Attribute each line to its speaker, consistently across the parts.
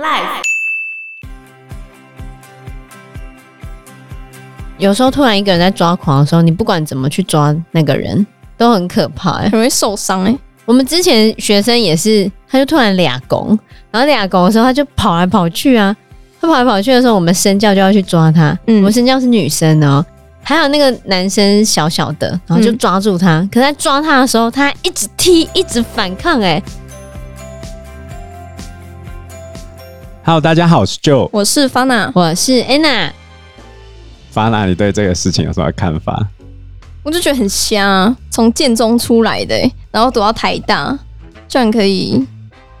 Speaker 1: Life，
Speaker 2: 有时候突然一个人在抓狂的时候，你不管怎么去抓那个人，都很可怕、欸。
Speaker 3: 很容易受伤哎、
Speaker 2: 我们之前学生也是，他就突然俩拱，然后俩拱的时候，他就跑来跑去啊。他跑来跑去的时候，我们身教就要去抓他。
Speaker 3: 嗯
Speaker 2: 我们身教是女生哦、还有那个男生小小的，然后就
Speaker 3: 嗯
Speaker 2: 抓住他。可是在抓他的时候，他一直踢，一直反抗、欸。
Speaker 4: Hello，大家好，我是 Joe。
Speaker 3: 我是方娜，
Speaker 2: 我是 Anna，
Speaker 4: 法拉，你对这个事情有什么看法？
Speaker 3: 我就觉得很瞎、啊，从建中出来的欸、然后读到台大，居然可以，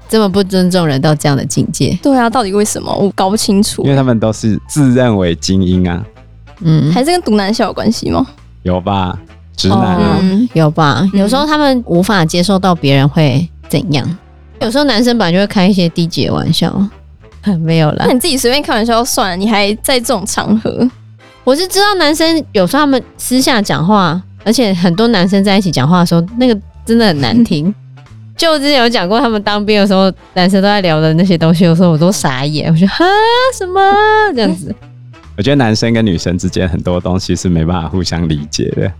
Speaker 2: 这么不尊重人到这样的境界，
Speaker 3: 对啊，到底为什么？我搞不清楚
Speaker 4: 因，为他们都是自认为精英啊，
Speaker 2: 嗯，
Speaker 3: 还是跟读男校有关系吗？
Speaker 4: 有吧？直男啊，
Speaker 3: 嗯，
Speaker 2: 有吧？
Speaker 3: 嗯
Speaker 2: 有时候他们无法接受到别人会怎样。有时候男生本来就会开一些低级的玩笑， 没有啦
Speaker 3: 那。你自己随便开玩笑就算了，你还在这种场合，
Speaker 2: 我是知道男生有时候他们私下讲话，而且很多男生在一起讲话的时候，那个真的很难听。
Speaker 3: 嗯
Speaker 2: 就之前有讲过，他们当兵的时候，男生都在聊的那些东西，有时候我都傻眼，我觉得哈什么这样子。
Speaker 4: 我觉得男生跟女生之间很多东西是没办法互相理解的。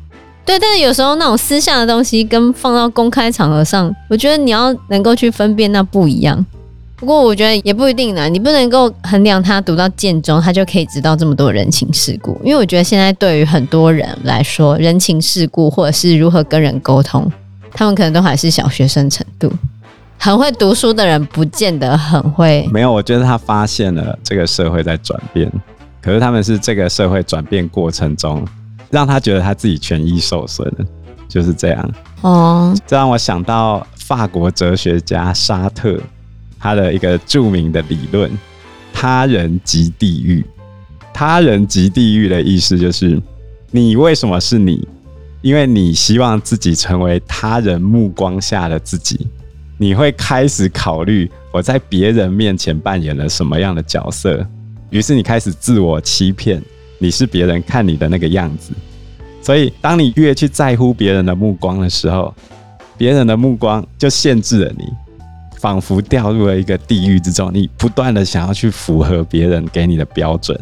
Speaker 2: 对，但是有时候那种私下的东西跟放到公开场合上，我觉得你要能够去分辨，那不一样。不过我觉得也不一定啦，你不能够衡量他读到建中，他就可以知道这么多人情世故。因为我觉得现在对于很多人来说，人情世故或者是如何跟人沟通，他们可能都还是小学生程度。很会读书的人，不见得很会。
Speaker 4: 没有，我觉得他发现了这个社会在转变，可是他们是这个社会转变过程中，让他觉得他自己权益受损了，就是这样。
Speaker 2: 哦，
Speaker 4: 这让我想到法国哲学家沙特他的一个著名的理论“他人即地狱”。他人即地狱的意思就是，你为什么是你？因为你希望自己成为他人目光下的自己，你会开始考虑我在别人面前扮演了什么样的角色，于是你开始自我欺骗，你是别人看你的那个样子。所以，当你越去在乎别人的目光的时候，别人的目光就限制了你，仿佛掉入了一个地狱之中。你不断的想要去符合别人给你的标准，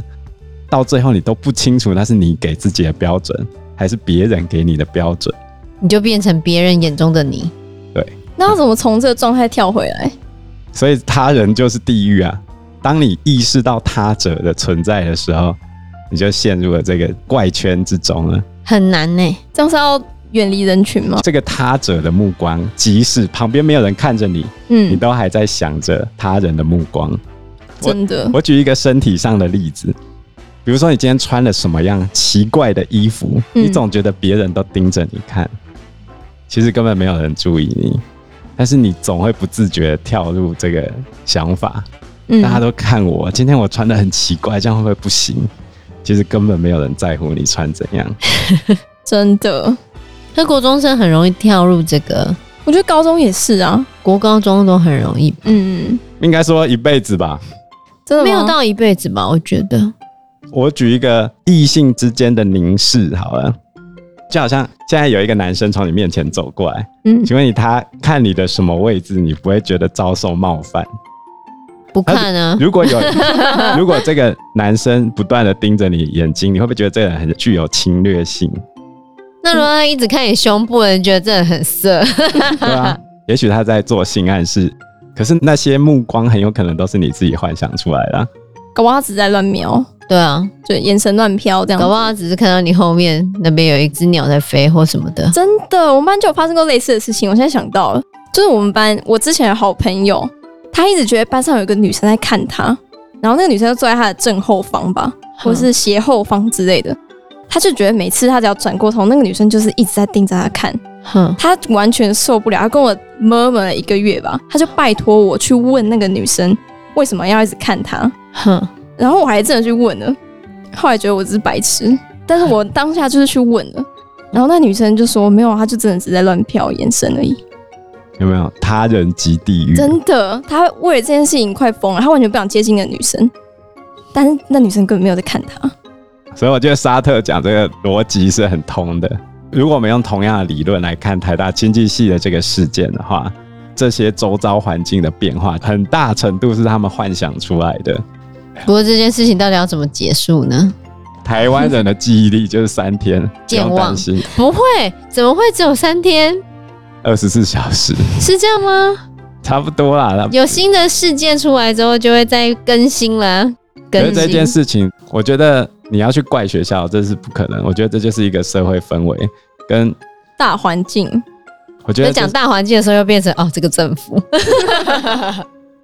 Speaker 4: 到最后你都不清楚那是你给自己的标准，还是别人给你的标准。
Speaker 2: 你就变成别人眼中的你。
Speaker 3: 那要怎么从这个状态跳回来？
Speaker 4: 所以他人就是地狱啊！当你意识到他者的存在的时候，你就陷入了这个怪圈之中了。
Speaker 2: 很难呢、
Speaker 3: 这样是要远离人群吗？
Speaker 4: 这个他者的目光，即使旁边没有人看着你，你
Speaker 3: 嗯，
Speaker 4: 都还在想着他人的目光。
Speaker 3: 真的，
Speaker 4: 我举一个身体上的例子，比如说你今天穿了什么样奇怪的衣服，
Speaker 3: 嗯
Speaker 4: 你总觉得别人都盯着你看，其实根本没有人注意你，但是你总会不自觉地跳入这个想法，
Speaker 3: 嗯
Speaker 4: 大家都看我，今天我穿的很奇怪，这样会不会不行？其实根本没有人在乎你穿怎样，
Speaker 3: 真的，
Speaker 2: 可国中生很容易跳入这个，
Speaker 3: 我觉得高中也是啊，
Speaker 2: 国高中都很容易吧
Speaker 3: 嗯，
Speaker 4: 应该说一辈子吧。
Speaker 3: 真的吗
Speaker 2: 没有到一辈子吧，我觉得。
Speaker 4: 我举一个异性之间的凝视好了，就好像现在有一个男生从你面前走过来，
Speaker 3: 嗯
Speaker 4: 请问你他看你的什么位置，你不会觉得遭受冒 犯？
Speaker 2: 不看啊，
Speaker 4: 如果有，如果这个男生不断的盯着你眼睛，你会不会觉得这个人很具有侵略性？
Speaker 2: 那如果他一直看你胸部，人觉得真的很色。
Speaker 4: 对啊，也许他在做性暗示，可是那些目光很有可能都是你自己幻想出来的啊。
Speaker 3: 搞不好他只是在乱瞄，
Speaker 2: 对啊，
Speaker 3: 就眼神乱飘这样子。
Speaker 2: 搞不好他只是看到你后面那边有一只鸟在飞或什么的。
Speaker 3: 真的，我们班就有发生过类似的事情。我现在想到了，就是我们班我之前的好朋友，她一直觉得班上有一个女生在看她，然后那个女生就坐在她的正后方吧，或是斜后方之类的。她就觉得每次她只要转过头，那个女生就是一直在盯着她看，
Speaker 2: 哼，
Speaker 3: 她完全受不了。她跟我 murmur 了一个月吧，她就拜托我去问那个女生为什么要一直看她。
Speaker 2: 哼，
Speaker 3: 然后我还真的去问了，后来觉得我只是白痴，但是我当下就是去问了，然后那女生就说没有，她就真的只在乱瞟眼神而已，
Speaker 4: 有没有他人即地狱？
Speaker 3: 真的，她为了这件事情快疯了，她完全不想接近那个女生，但是那女生根本没有在看她，
Speaker 4: 所以我觉得沙特讲这个逻辑是很通的。如果我们用同样的理论来看台大经济系的这个事件的话，这些周遭环境的变化，很大程度是他们幻想出来的。
Speaker 2: 不过这件事情到底要怎么结束呢？
Speaker 4: 台湾人的记忆力就是三 天，不
Speaker 2: 健
Speaker 4: 用
Speaker 2: 忘
Speaker 4: 担心，
Speaker 2: 不会，怎么会只有三天？
Speaker 4: 二十四小时
Speaker 2: 是这样吗？
Speaker 4: 差不多啦。
Speaker 2: 有新的事件出来之后，就会再更新啦。
Speaker 4: 可
Speaker 2: 更
Speaker 4: 是
Speaker 2: 新
Speaker 4: 这件事情，我觉得你要去怪学校，这是不可能。我觉得这就是一个社会氛围，跟
Speaker 3: 大环境，
Speaker 4: 我觉
Speaker 2: 在
Speaker 4: 得这
Speaker 2: 讲大环境的时候，又变成哦，这个政府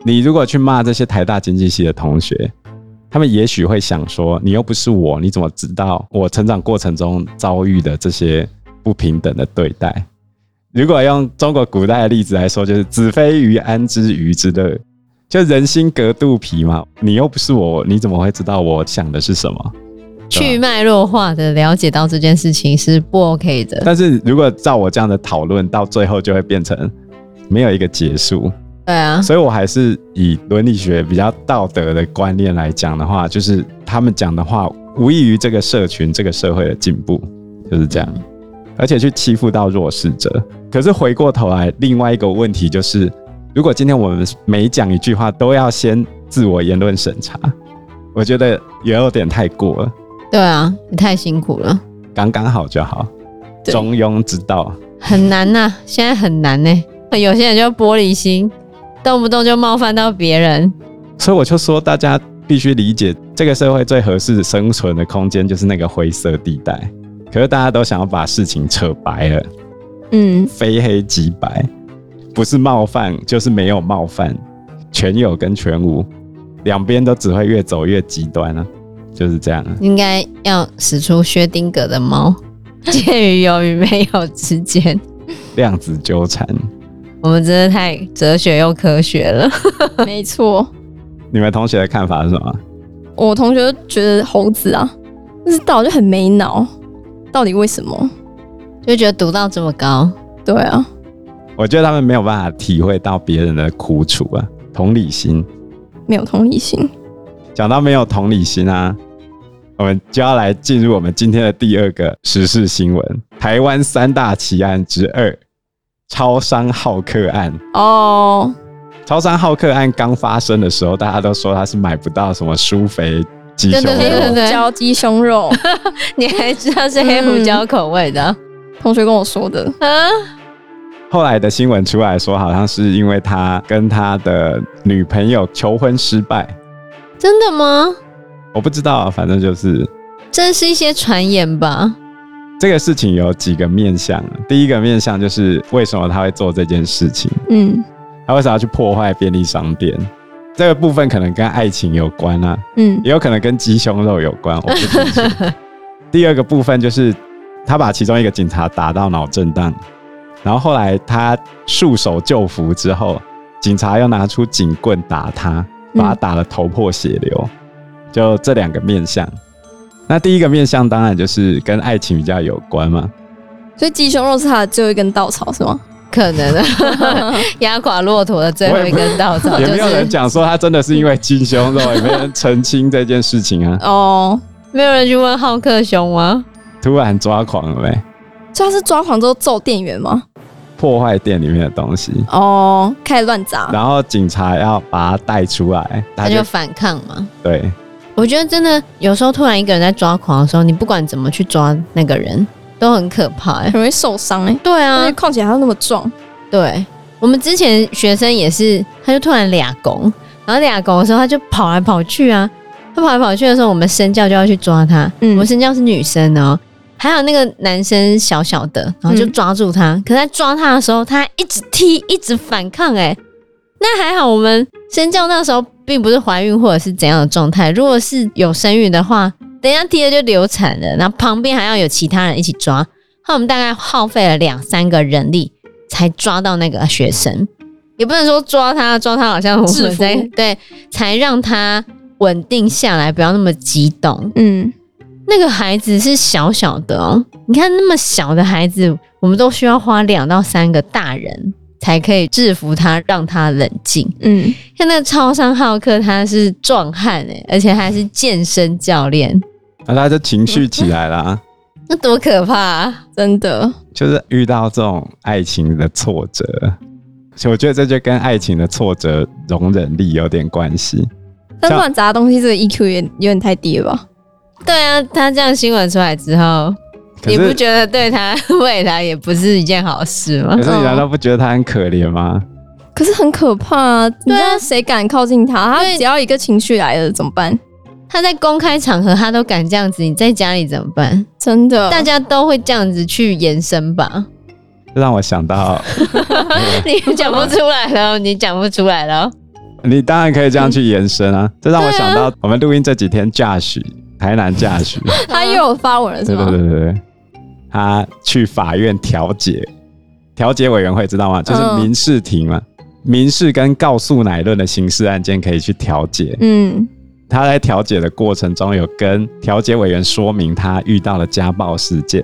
Speaker 4: 你如果去骂这些台大经济系的同学，他们也许会想说：你又不是我，你怎么知道我成长过程中遭遇的这些不平等的对待？如果用中国古代的例子来说，就是“子非鱼，安知鱼之乐”，就人心隔肚皮嘛。你又不是我，你怎么会知道我想的是什么？啊
Speaker 2: 去脉弱化的了解到这件事情是不 OK 的。
Speaker 4: 但是如果照我这样的讨论，到最后就会变成没有一个结束。
Speaker 2: 对 啊，
Speaker 4: 所以我还是以伦理学比较道德的观念来讲的话，就是他们讲的话无异于这个社群、这个社会的进步，就是这样。而且去欺负到弱势者。可是回过头来，另外一个问题就是，如果今天我们每讲一句话都要先自我言论审查，我觉得也有点太过了，
Speaker 2: 对啊，你太辛苦了，
Speaker 4: 刚刚好就好，
Speaker 3: 对
Speaker 4: 中庸之道。
Speaker 2: 很难呐、现在很难呢、有些人就玻璃心，动不动就冒犯到别人。
Speaker 4: 所以我就说，大家必须理解，这个社会最合适生存的空间就是那个灰色地带。可是大家都想要把事情扯白了，
Speaker 3: 嗯，
Speaker 4: 非黑即白，不是冒犯就是没有冒犯，全有跟全无，两边都只会越走越极端啊，就是这样啊。
Speaker 2: 应该要使出薛丁格的猫， 介于有与没有之间。
Speaker 4: 量子纠缠，
Speaker 2: 我们真的太哲学又科学了。
Speaker 3: 没错。
Speaker 4: 你们同学的看法是什么？
Speaker 3: 我同学就觉得猴子啊，不知道就很没脑，到底为什么？
Speaker 2: 就觉得读到这么高，
Speaker 3: 对啊，
Speaker 4: 我觉得他们没有办法体会到别人的苦楚啊，同理心。
Speaker 3: 没有同理心。
Speaker 4: 讲到没有同理心啊，我们就要来进入我们今天的第二个时事新闻：台湾三大奇案之二——超商好客案。
Speaker 3: 哦，
Speaker 4: 超商好客案刚发生的时候，大家都说他是买不到什么苏肥鸡胸肉，
Speaker 2: 对对对
Speaker 3: 椒鸡胸肉，
Speaker 2: 你还知道是黑胡椒口味的？
Speaker 3: 同学跟我说的。
Speaker 2: 啊，
Speaker 4: 后来的新闻出来说，好像是因为他跟他的女朋友求婚失败，
Speaker 2: 真的吗？
Speaker 4: 我不知道啊，反正就是
Speaker 2: 这是一些传言吧？
Speaker 4: 这个事情有几个面向啊。第一个面向就是为什么他会做这件事情。
Speaker 3: 嗯
Speaker 4: 他为啥要去破坏便利商店？这个部分可能跟爱情有关啊，
Speaker 3: 嗯
Speaker 4: 也有可能跟鸡胸肉有关，我不清 楚。第二个部分就是他把其中一个警察打到脑震荡，然后后来他束手就缚之后，警察又拿出警棍打他，
Speaker 2: 嗯
Speaker 4: 把他打得头破血流。就这两个面相，那第一个面相当然就是跟爱情比较有关嘛。
Speaker 3: 所以鸡胸肉是他的最后一根稻草，是吗？
Speaker 2: 可能 啊压垮骆驼的最后一根稻草，
Speaker 4: 也
Speaker 2: 就
Speaker 4: 没有人
Speaker 2: 是
Speaker 4: 讲说他真的是因为鸡胸肉，也没有人澄清这件事情啊。
Speaker 3: 哦，
Speaker 2: 没有人去问浩克熊吗？
Speaker 4: 突然抓狂了没？
Speaker 3: 所以他是抓狂之后揍店员吗？
Speaker 4: 破坏店里面的东西，
Speaker 3: 哦，开始乱砸。
Speaker 4: 然后警察要把他带出来，
Speaker 2: 他
Speaker 4: 他就
Speaker 2: 就反抗嘛。
Speaker 4: 对
Speaker 2: 我觉得真的有时候突然一个人在抓狂的时候，你不管怎么去抓那个人，都很可怕、欸。
Speaker 3: 很容易受伤哎、
Speaker 2: 对
Speaker 3: 而
Speaker 2: 啊
Speaker 3: 且，况且他又那么壮，
Speaker 2: 对，我们之前学生也是，他就突然俩拱，然后俩拱的时候他就跑来跑去啊，他跑来跑去的时候，我们身教就要去抓他，
Speaker 3: 嗯
Speaker 2: 我们身教是女生哦。还有那个男生小小的，然后就
Speaker 3: 嗯
Speaker 2: 抓住他，可在抓他的时候，他一直踢，一直反抗、欸，那还好，我们身教那时候并不是怀孕或者是怎样的状态，如果是有生育的话，等一下踢了就流产了，然后旁边还要有其他人一起抓，那我们大概耗费了两三个人力才抓到那个学生，也不能说抓他，抓他好像我
Speaker 3: 制
Speaker 2: 们
Speaker 3: 服
Speaker 2: 在对，才让他稳定下来，不要那么激动。
Speaker 3: 嗯，
Speaker 2: 那个孩子是小小的哦，你看那么小的孩子，我们都需要花两到三个大人才可以制服他，让他冷静。
Speaker 3: 嗯，
Speaker 2: 像那个超商浩克，他是壮汉哎，而且他还是健身教练，
Speaker 4: 那他就情绪起来啦、
Speaker 2: 那多可怕、啊！
Speaker 3: 真的，
Speaker 4: 就是遇到这种爱情的挫折，我觉得这就跟爱情的挫折容忍力有点关系。
Speaker 3: 但
Speaker 4: 像
Speaker 3: 乱砸东西，这个 EQ 也有点太低了吧？
Speaker 2: 对啊，他这样新闻出来之后，
Speaker 4: 可
Speaker 2: 你
Speaker 4: 是
Speaker 2: 不觉得对他未来也不是一件好事吗
Speaker 4: 可？是你难道不觉得他很可怜吗？
Speaker 3: 可是很可怕啊！你
Speaker 2: 对
Speaker 3: 知道
Speaker 2: 啊
Speaker 3: 谁敢靠近他？他只要一个情绪来了怎么办？
Speaker 2: 他在公开场合他都敢这样子，你在家里怎么办？
Speaker 3: 真的，
Speaker 2: 大家都会这样子去延伸吧？
Speaker 4: 这让我 想到，
Speaker 2: 你讲不出来了，你讲不出来了。
Speaker 4: 你当然可以这样去延伸啊。这让我想到我们录音这几天 Josh 台南 Josh，
Speaker 3: 他又有发文了是
Speaker 4: 对对
Speaker 3: 吗？
Speaker 4: 对对对，他去法院调解，调解委员会知道吗？就是
Speaker 3: 嗯
Speaker 4: 民事庭嘛，民事跟告诉乃论的刑事案件可以去调解。
Speaker 3: 嗯，
Speaker 4: 他在调解的过程中有跟调解委员说明他遇到了家暴事件，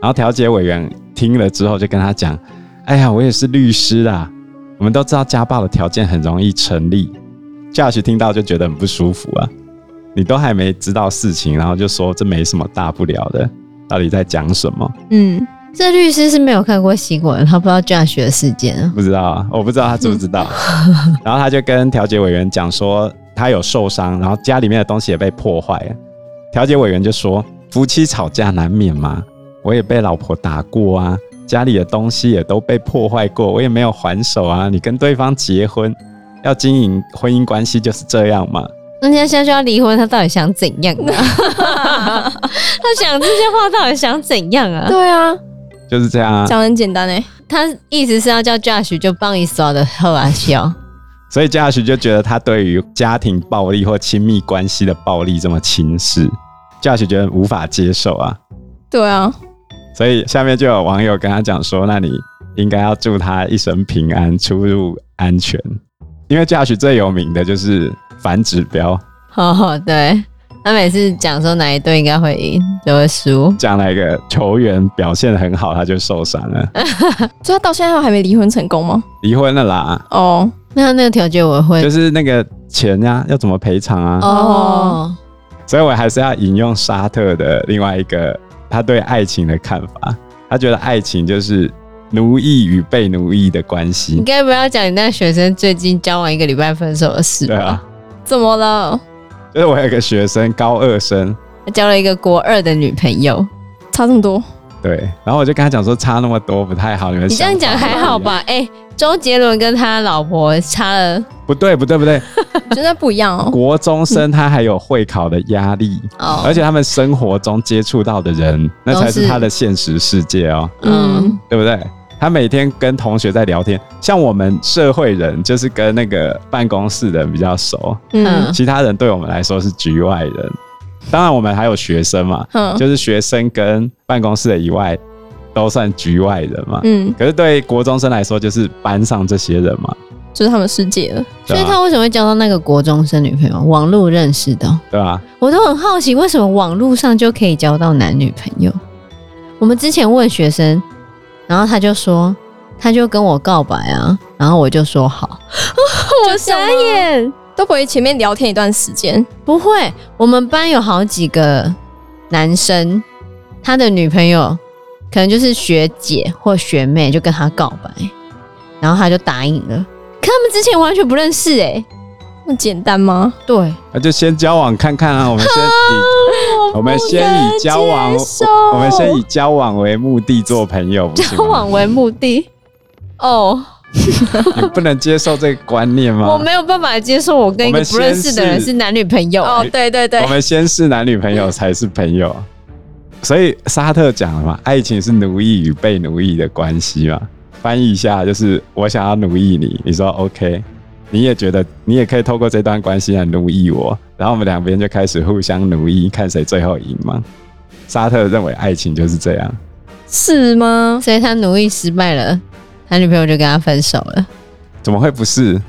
Speaker 4: 然后调解委员听了之后就跟他讲：“哎呀，我也是律师啦，我们都知道家暴的条件很容易成立。” Josh 听到就觉得很不舒服啊，你都还没知道事情，然后就说这没什么大不了的，到底在讲什么？
Speaker 3: 嗯，
Speaker 2: 这律师是没有看过新闻，他不知道 Josh 的事件啊。
Speaker 4: 不知道啊，我不知道他知不知 道。然后他就跟调解委员讲说，他有受伤，然后家里面的东西也被破坏了。调解委员就说，夫妻吵架难免嘛，我也被老婆打过啊，家里的东西也都被破坏过，我也没有还手啊。你跟对方结婚，要经营婚姻关系就是这样嘛。
Speaker 2: 那他现在就要离婚，他到底想怎样啊？他讲这些话到底想怎样啊？
Speaker 3: 对啊，
Speaker 4: 就是这样啊，
Speaker 3: 讲得很简单哎、
Speaker 2: 他意思是要叫 Josh 就帮你耍的后啊笑，
Speaker 4: 所以 Josh 就觉得他对于家庭暴力或亲密关系的暴力这么轻视，Josh 觉得无法接受啊。
Speaker 3: 对啊，
Speaker 4: 所以下面就有网友跟他讲说：“那你应该要祝他一生平安，出入安全。”因为 Josh 最有名的就是反指标，
Speaker 2: 哦对，他每次讲说哪一队应该会赢就会输，
Speaker 4: 讲哪个球员表现得很好，他就受伤了，
Speaker 2: 嗯
Speaker 3: 所以他到现在还没离婚成功吗？
Speaker 4: 离婚了啦。
Speaker 3: 哦，
Speaker 2: 那他那个调解委员会
Speaker 4: 就是那个钱呀、要怎么赔偿啊？
Speaker 2: 嗯哦，
Speaker 4: 所以我还是要引用沙特的另外一个他对爱情的看法，他觉得爱情就是奴役与被奴役的关
Speaker 2: 你
Speaker 4: 系。
Speaker 2: 该不要讲你那学生最近交往一个礼拜分手的事
Speaker 4: 对啊
Speaker 2: 吧？，
Speaker 3: 怎么了？
Speaker 4: 就是我有一个学生，高二生，
Speaker 2: 他交了一个国二的女朋友，
Speaker 3: 差这么多？
Speaker 4: 对，然后我就跟他讲说差那么多不太好，你们
Speaker 2: 你这样
Speaker 4: 想
Speaker 2: 讲
Speaker 4: 法
Speaker 2: 还好吧？哎、周杰伦跟他老婆差了
Speaker 4: 不一样？不对不对不对，
Speaker 3: 我觉得不一样哦。
Speaker 4: 国中生他还有会考的压力，
Speaker 2: 哦，
Speaker 4: 而且他们生活中接触到的人，那才
Speaker 2: 都
Speaker 4: 是
Speaker 2: 是
Speaker 4: 他的现实世界哦，
Speaker 2: 嗯
Speaker 3: 嗯，
Speaker 4: 对不对？他每天跟同学在聊天，像我们社会人就是跟那个办公室人比较熟，
Speaker 2: 嗯
Speaker 3: 嗯
Speaker 4: 其他人对我啊们来说是局外人。当然，我们还有学生嘛，
Speaker 3: 嗯
Speaker 4: 就是学生跟办公室的以外，都算局外人嘛。
Speaker 3: 嗯，
Speaker 4: 可是对国中生来说，就是班上这些人嘛，
Speaker 3: 就是他们世界了。
Speaker 2: 所
Speaker 4: 对
Speaker 2: 以
Speaker 4: 吧、
Speaker 2: 他为什么会交到那个国中生女朋友？网络认识的哦、
Speaker 4: 对吧、
Speaker 2: 我都很好奇，为什么网络上就可以交到男女朋友？我们之前问学生，然后他就说，他就跟我告白啊，然后我就说好，
Speaker 3: 我
Speaker 2: 傻眼，
Speaker 3: 都不会前面聊天一段时间。
Speaker 2: 不会，我们班有好几个男生，他的女朋友可能就是学姐或学妹，就跟他告白，然后他就答应了，可他们之前完全不认识哎、
Speaker 3: 那么简单吗？
Speaker 2: 对，
Speaker 4: 那就先交往看看啊。我们先以 我们先以交往，我们先以交往为目的做朋友，不行
Speaker 2: 交
Speaker 4: 吗
Speaker 2: 往为目的哦。
Speaker 4: 你不能接受这个观念吗？
Speaker 2: 我没有办法接受我跟一个不认识的人是男女朋友。
Speaker 3: 哦，对对对
Speaker 4: 我，们先是男女朋友才是朋友。所以沙特讲了嘛，爱情是奴役与被奴役的关系嘛。翻译一下就是我想要奴役你，你说 OK，你也觉得你也可以透过这段关系来奴役我，然后我们两边就开始互相奴役，看谁最后赢嘛。沙特认为爱情就是这样，
Speaker 3: 是吗？
Speaker 2: 所以他努力失败了，他女朋友就跟他分手了。
Speaker 4: 怎么会不是？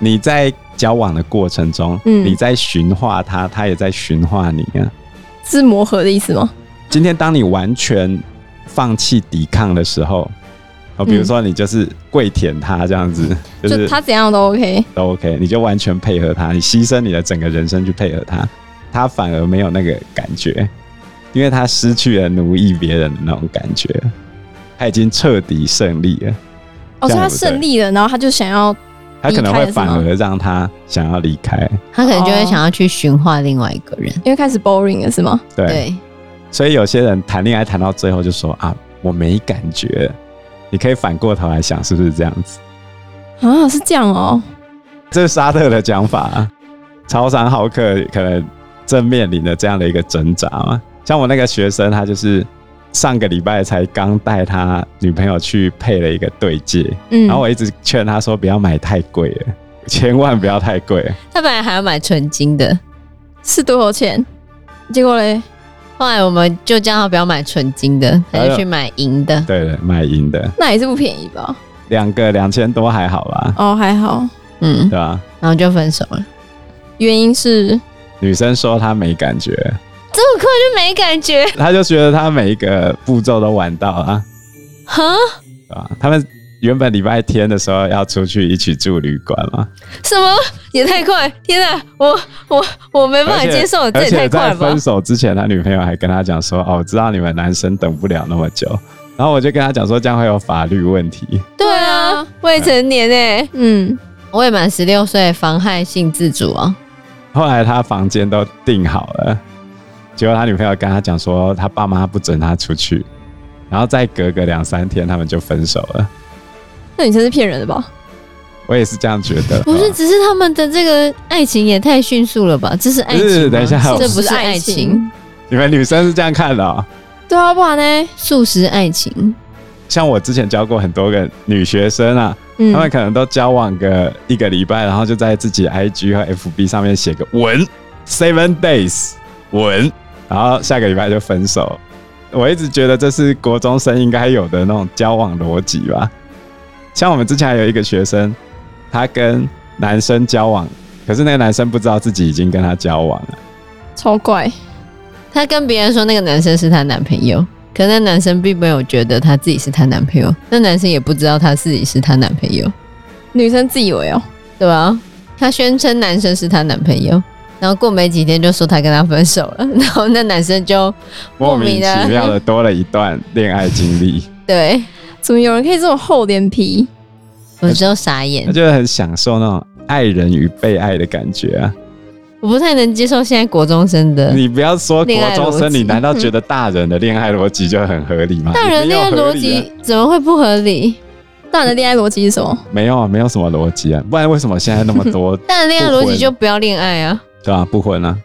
Speaker 4: 你在交往的过程中，
Speaker 3: 嗯
Speaker 4: 你在驯化他，他也在驯化你啊。
Speaker 3: 是磨合的意思吗？
Speaker 4: 今天当你完全放弃抵抗的时候，哦，比如说你就是跪舔他这样子，就
Speaker 3: 就是他怎样都 OK。
Speaker 4: 都 OK，你就完全配合他，你牺牲你的整个人生去配合他，他反而没有那个感觉，因为他失去了奴役别人的那种感觉，他已经彻底胜利了。
Speaker 3: 哦，
Speaker 4: 这
Speaker 3: 所以他
Speaker 4: 样对不对
Speaker 3: 胜利了，然后他就想要
Speaker 4: 他可
Speaker 3: 离
Speaker 4: 能
Speaker 3: 开
Speaker 4: 会
Speaker 3: 了是
Speaker 4: 反
Speaker 3: 吗
Speaker 4: 而让他想要离开。
Speaker 2: 他可能就会想要去驯化另外一个人。
Speaker 3: 因为开始 boring 了是吗？
Speaker 4: 对，
Speaker 2: 对，
Speaker 4: 所以有些人谈恋爱谈到最后就说啊，我没感觉。你可以反过头来想，是不是这样子？
Speaker 3: 啊，是这样哦，
Speaker 4: 这是沙特的讲法、啊。超商浩克可能正面临着这样的一个挣扎嘛。像我那个学生，他就是上个礼拜才刚带他女朋友去配了一个对戒，
Speaker 3: 嗯，
Speaker 4: 然后我一直劝他说不要买太贵了，千万不要太贵了。
Speaker 2: 他本来还要买纯金的，
Speaker 3: 是多少钱？结果嘞，
Speaker 2: 后来我们就叫他不要买纯金的，他
Speaker 4: 哎
Speaker 2: 就
Speaker 4: 呦
Speaker 2: 去买银的。
Speaker 4: 对了，买银的
Speaker 3: 那也是不便宜吧？
Speaker 4: 两个两千多还好吧，
Speaker 3: 哦，还好，
Speaker 2: 嗯
Speaker 4: 对，吧？
Speaker 2: 然后就分手了。
Speaker 3: 原因是
Speaker 4: 女生说她没感觉，
Speaker 2: 这么快就没感觉？
Speaker 4: 她就觉得她每一个步骤都玩到了，
Speaker 2: 哈，
Speaker 4: 对吧？他们原本礼拜天的时候要出去一起住旅馆嘛，
Speaker 2: 什么？也太快！天哪，我我我没办法
Speaker 4: 而且
Speaker 2: 接受，这
Speaker 4: 而
Speaker 2: 也
Speaker 4: 且
Speaker 2: 太快
Speaker 4: 在
Speaker 2: 了吧
Speaker 4: 分！手之前，他女朋友还跟他讲说：“哦，我知道你们男生等不了那么久。”然后我就跟他讲说，这样会有法律问题。
Speaker 2: 对啊，未成年哎、
Speaker 3: 嗯，
Speaker 2: 我也满十六岁，妨害性自主
Speaker 4: 哦
Speaker 2: 啊！
Speaker 4: 后来他房间都订好了，结果他女朋友跟他讲说，他爸妈不准他出去。然后再隔个两三天，他们就分手了。
Speaker 3: 那女生是骗人的吧？
Speaker 4: 我也是这样觉得。
Speaker 2: 不是，
Speaker 4: 哦，
Speaker 2: 只是他们的这个爱情也太迅速了吧？这是爱情吗
Speaker 4: 不是等一下
Speaker 2: 这不是爱
Speaker 3: 爱
Speaker 2: 情，，
Speaker 4: 你们女生是这样看的、哦。
Speaker 3: 对啊，不然呢？
Speaker 2: 素食爱情。
Speaker 4: 像我之前教过很多个女学生啊，
Speaker 3: 嗯
Speaker 4: 她，们可能都交往个一个礼拜，然后就在自己 IG 和 FB 上面写个文 seven days 文，然后下个礼拜就分手。我一直觉得这是国中生应该有的那种交往逻辑吧。像我们之前还有一个学生，她跟男生交往，可是那个男生不知道自己已经跟她交往了。
Speaker 3: 超怪，
Speaker 2: 她跟别人说那个男生是她男朋友，可那男生并没有觉得他自己是她男朋友，那男生也不知道他自己是她男朋友，
Speaker 3: 女生自以为哦，
Speaker 2: 对啊，她宣称男生是她男朋友，然后过没几天就说她跟他分手了， 然后那男生就
Speaker 4: 莫
Speaker 2: 莫
Speaker 4: 名
Speaker 2: 名的
Speaker 4: 其妙的多了一段恋爱经历，
Speaker 2: 对
Speaker 3: 怎么有人可以这么厚脸皮？
Speaker 2: 我就傻眼
Speaker 4: 她，就很享受那种爱人与被爱的感觉啊。
Speaker 2: 我不太能接受现在国中生的
Speaker 4: 你不要说国中
Speaker 2: 恋爱逻
Speaker 4: 生，
Speaker 2: 辑
Speaker 4: 你难道觉得大人的恋爱逻辑就很合 理吗？
Speaker 2: 大人
Speaker 4: 没
Speaker 2: 恋
Speaker 4: 有
Speaker 2: 爱
Speaker 4: 合
Speaker 2: 逻
Speaker 4: 理啊
Speaker 2: 辑怎么会不合理？
Speaker 3: 大人的恋爱逻辑是什么？
Speaker 4: 没有啊，没有什么逻辑啊，不然为什么现在那么多
Speaker 2: 大人恋爱逻辑就不要恋爱啊，
Speaker 4: 对吧、不婚啊？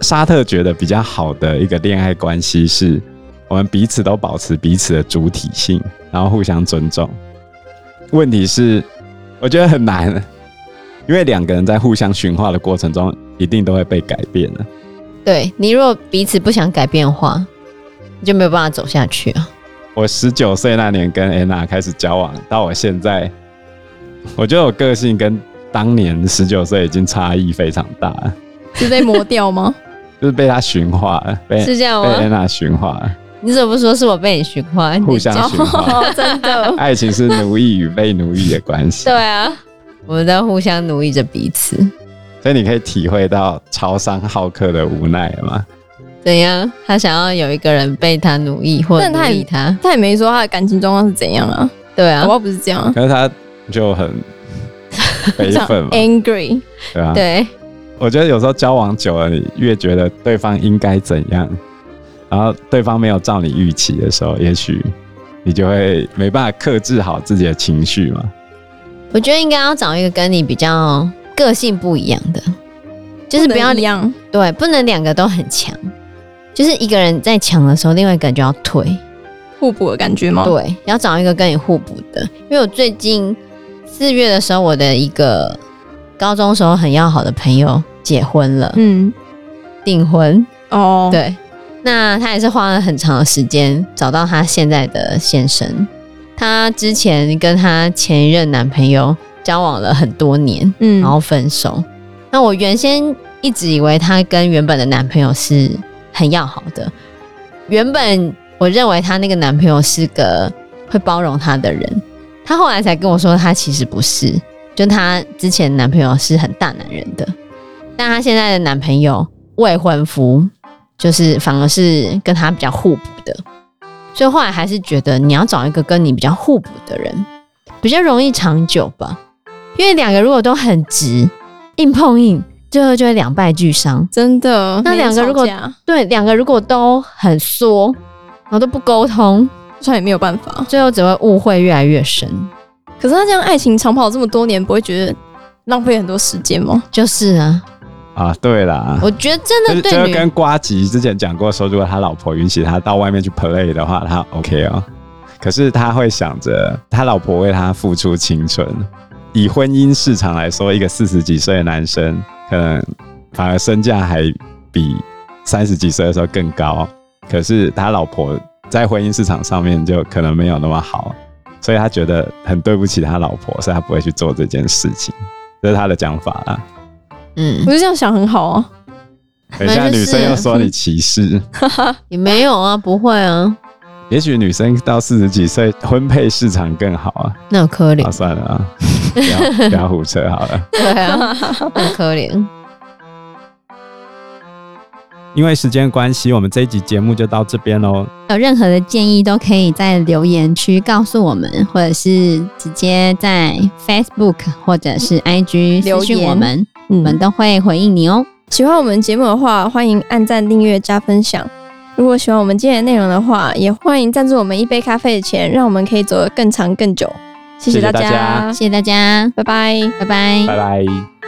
Speaker 4: 沙特觉得比较好的一个恋爱关系是，我们彼此都保持彼此的主体性，然后互相尊重。问题是，我觉得很难，因为两个人在互相驯化的过程中，一定都会被改变的。
Speaker 2: 对你如果彼此不想改变的话，你就没有办法走下去啊。
Speaker 4: 我十九岁那年跟安娜开始交往，到我现在，我觉得我个性跟当年十九岁已经差异非常大了，
Speaker 3: 是被磨掉 吗？
Speaker 4: 就是被她驯化了，被
Speaker 2: 是这样
Speaker 4: 被
Speaker 2: 吗？
Speaker 4: 安娜驯化了，
Speaker 2: 你怎么不说是我被你驯化？
Speaker 4: 互相驯化。
Speaker 3: 哦，真的，
Speaker 4: 爱情是奴役与被奴役的关系
Speaker 2: 对，啊，我们在互相奴役着彼此。
Speaker 4: 所以你可以体会到超商好客的无奈了吗？
Speaker 2: 怎样？他想要有一个人被他奴役，或者
Speaker 3: 但
Speaker 2: 奴
Speaker 3: 他也
Speaker 2: 役他？
Speaker 3: 他也没说他的感情状况是怎样啊，
Speaker 2: 对
Speaker 3: 搞
Speaker 2: 啊
Speaker 3: 不，好不是这样啊，
Speaker 4: 可是他就很 悲
Speaker 3: 这样
Speaker 4: 愤嘛，
Speaker 3: angry，
Speaker 4: 对啊吧、
Speaker 2: 对，
Speaker 4: 我觉得有时候交往久了，你越觉得对方应该怎样，然后对方没有照你预期的时候，也许你就会没办法克制好自己的情绪嘛。
Speaker 2: 我觉得应该要找一个跟你比较个性不一样的，就是不要
Speaker 3: 一样，
Speaker 2: 对，不能两个都很强，就是一个人在强的时候，另外一个人就要退。
Speaker 3: 互补的感觉
Speaker 4: 啊
Speaker 3: 吗？
Speaker 2: 对，要找一个跟你互补的。因为我最近四月的时候，我的一个高中时候很要好的朋友结婚了，
Speaker 3: 嗯，
Speaker 2: 订婚。
Speaker 3: 哦，，
Speaker 2: 对，那他也是花了很长的时间找到他现在的先生。他之前跟他前一任男朋友交往了很多年，
Speaker 3: 嗯，
Speaker 2: 然后分手。那我原先一直以为她跟原本的男朋友是很要好的，原本我认为她那个男朋友是个会包容她的人，她后来才跟我说，她其实不是，就她之前男朋友是很大男人的，但她现在的男朋友未婚夫，就是反而是跟她比较互补的，所以后来还是觉得你要找一个跟你比较互补的人，比较容易长久吧。因为两个如果都很直，硬碰硬，最后就会两败俱伤。
Speaker 3: 真的。
Speaker 2: 那
Speaker 3: 每天
Speaker 2: 两个如果
Speaker 3: 吵架
Speaker 2: 对，两个如果都很缩，然后都不沟通，
Speaker 3: 虽然也没有办法，
Speaker 2: 最后只会误会越来越深。
Speaker 3: 可是他这样爱情长跑这么多年，不会觉得浪费很多时间吗？
Speaker 2: 就是啊，
Speaker 4: 啊，对啦。
Speaker 2: 我觉得真
Speaker 4: 就
Speaker 2: 的
Speaker 4: 是
Speaker 2: 对
Speaker 4: 就
Speaker 2: 女
Speaker 4: 跟瓜吉之前讲过说，如果他老婆允许他到外面去 play 的话，他 OK 哦。可是他会想着他老婆为他付出青春。以婚姻市场来说，一个四十几岁的男生，可能反而身价还比三十几岁的时候更高。可是他老婆在婚姻市场上面就可能没有那么好，所以他觉得很对不起他老婆，所以他不会去做这件事情。这是他的讲法啦。
Speaker 2: 嗯
Speaker 3: 我觉得这样想很好啊。
Speaker 4: 等一下，
Speaker 2: 那就
Speaker 4: 女
Speaker 2: 是
Speaker 4: 生又说你歧视。
Speaker 2: 也没有啊，不会啊，
Speaker 4: 也许女生到四十几岁，婚配市场更好啊。
Speaker 2: 那有可
Speaker 4: 好、
Speaker 2: 怜，
Speaker 4: 算了啊，不要不要胡扯好了。
Speaker 2: 对啊，很可怜。
Speaker 4: 因为时间关系，我们这一集节目就到这边喽。
Speaker 1: 有任何的建议都可以在留言区告诉我们，或者是直接在 Facebook 或者是 IG
Speaker 3: 嗯留
Speaker 1: 私讯
Speaker 3: 言
Speaker 1: 我们，我们
Speaker 3: 嗯，
Speaker 1: 都会回应你哦。
Speaker 3: 喜欢我们节目的话，欢迎按赞、订阅、加分享。如果喜欢我们今天的内容的话，也欢迎赞助我们一杯咖啡的钱，让我们可以走得更长更久。谢
Speaker 4: 谢
Speaker 3: 谢
Speaker 4: 谢
Speaker 3: 大
Speaker 4: 大家
Speaker 3: 家，
Speaker 1: 谢谢大家，
Speaker 3: 拜拜。
Speaker 1: 拜拜
Speaker 4: 拜拜。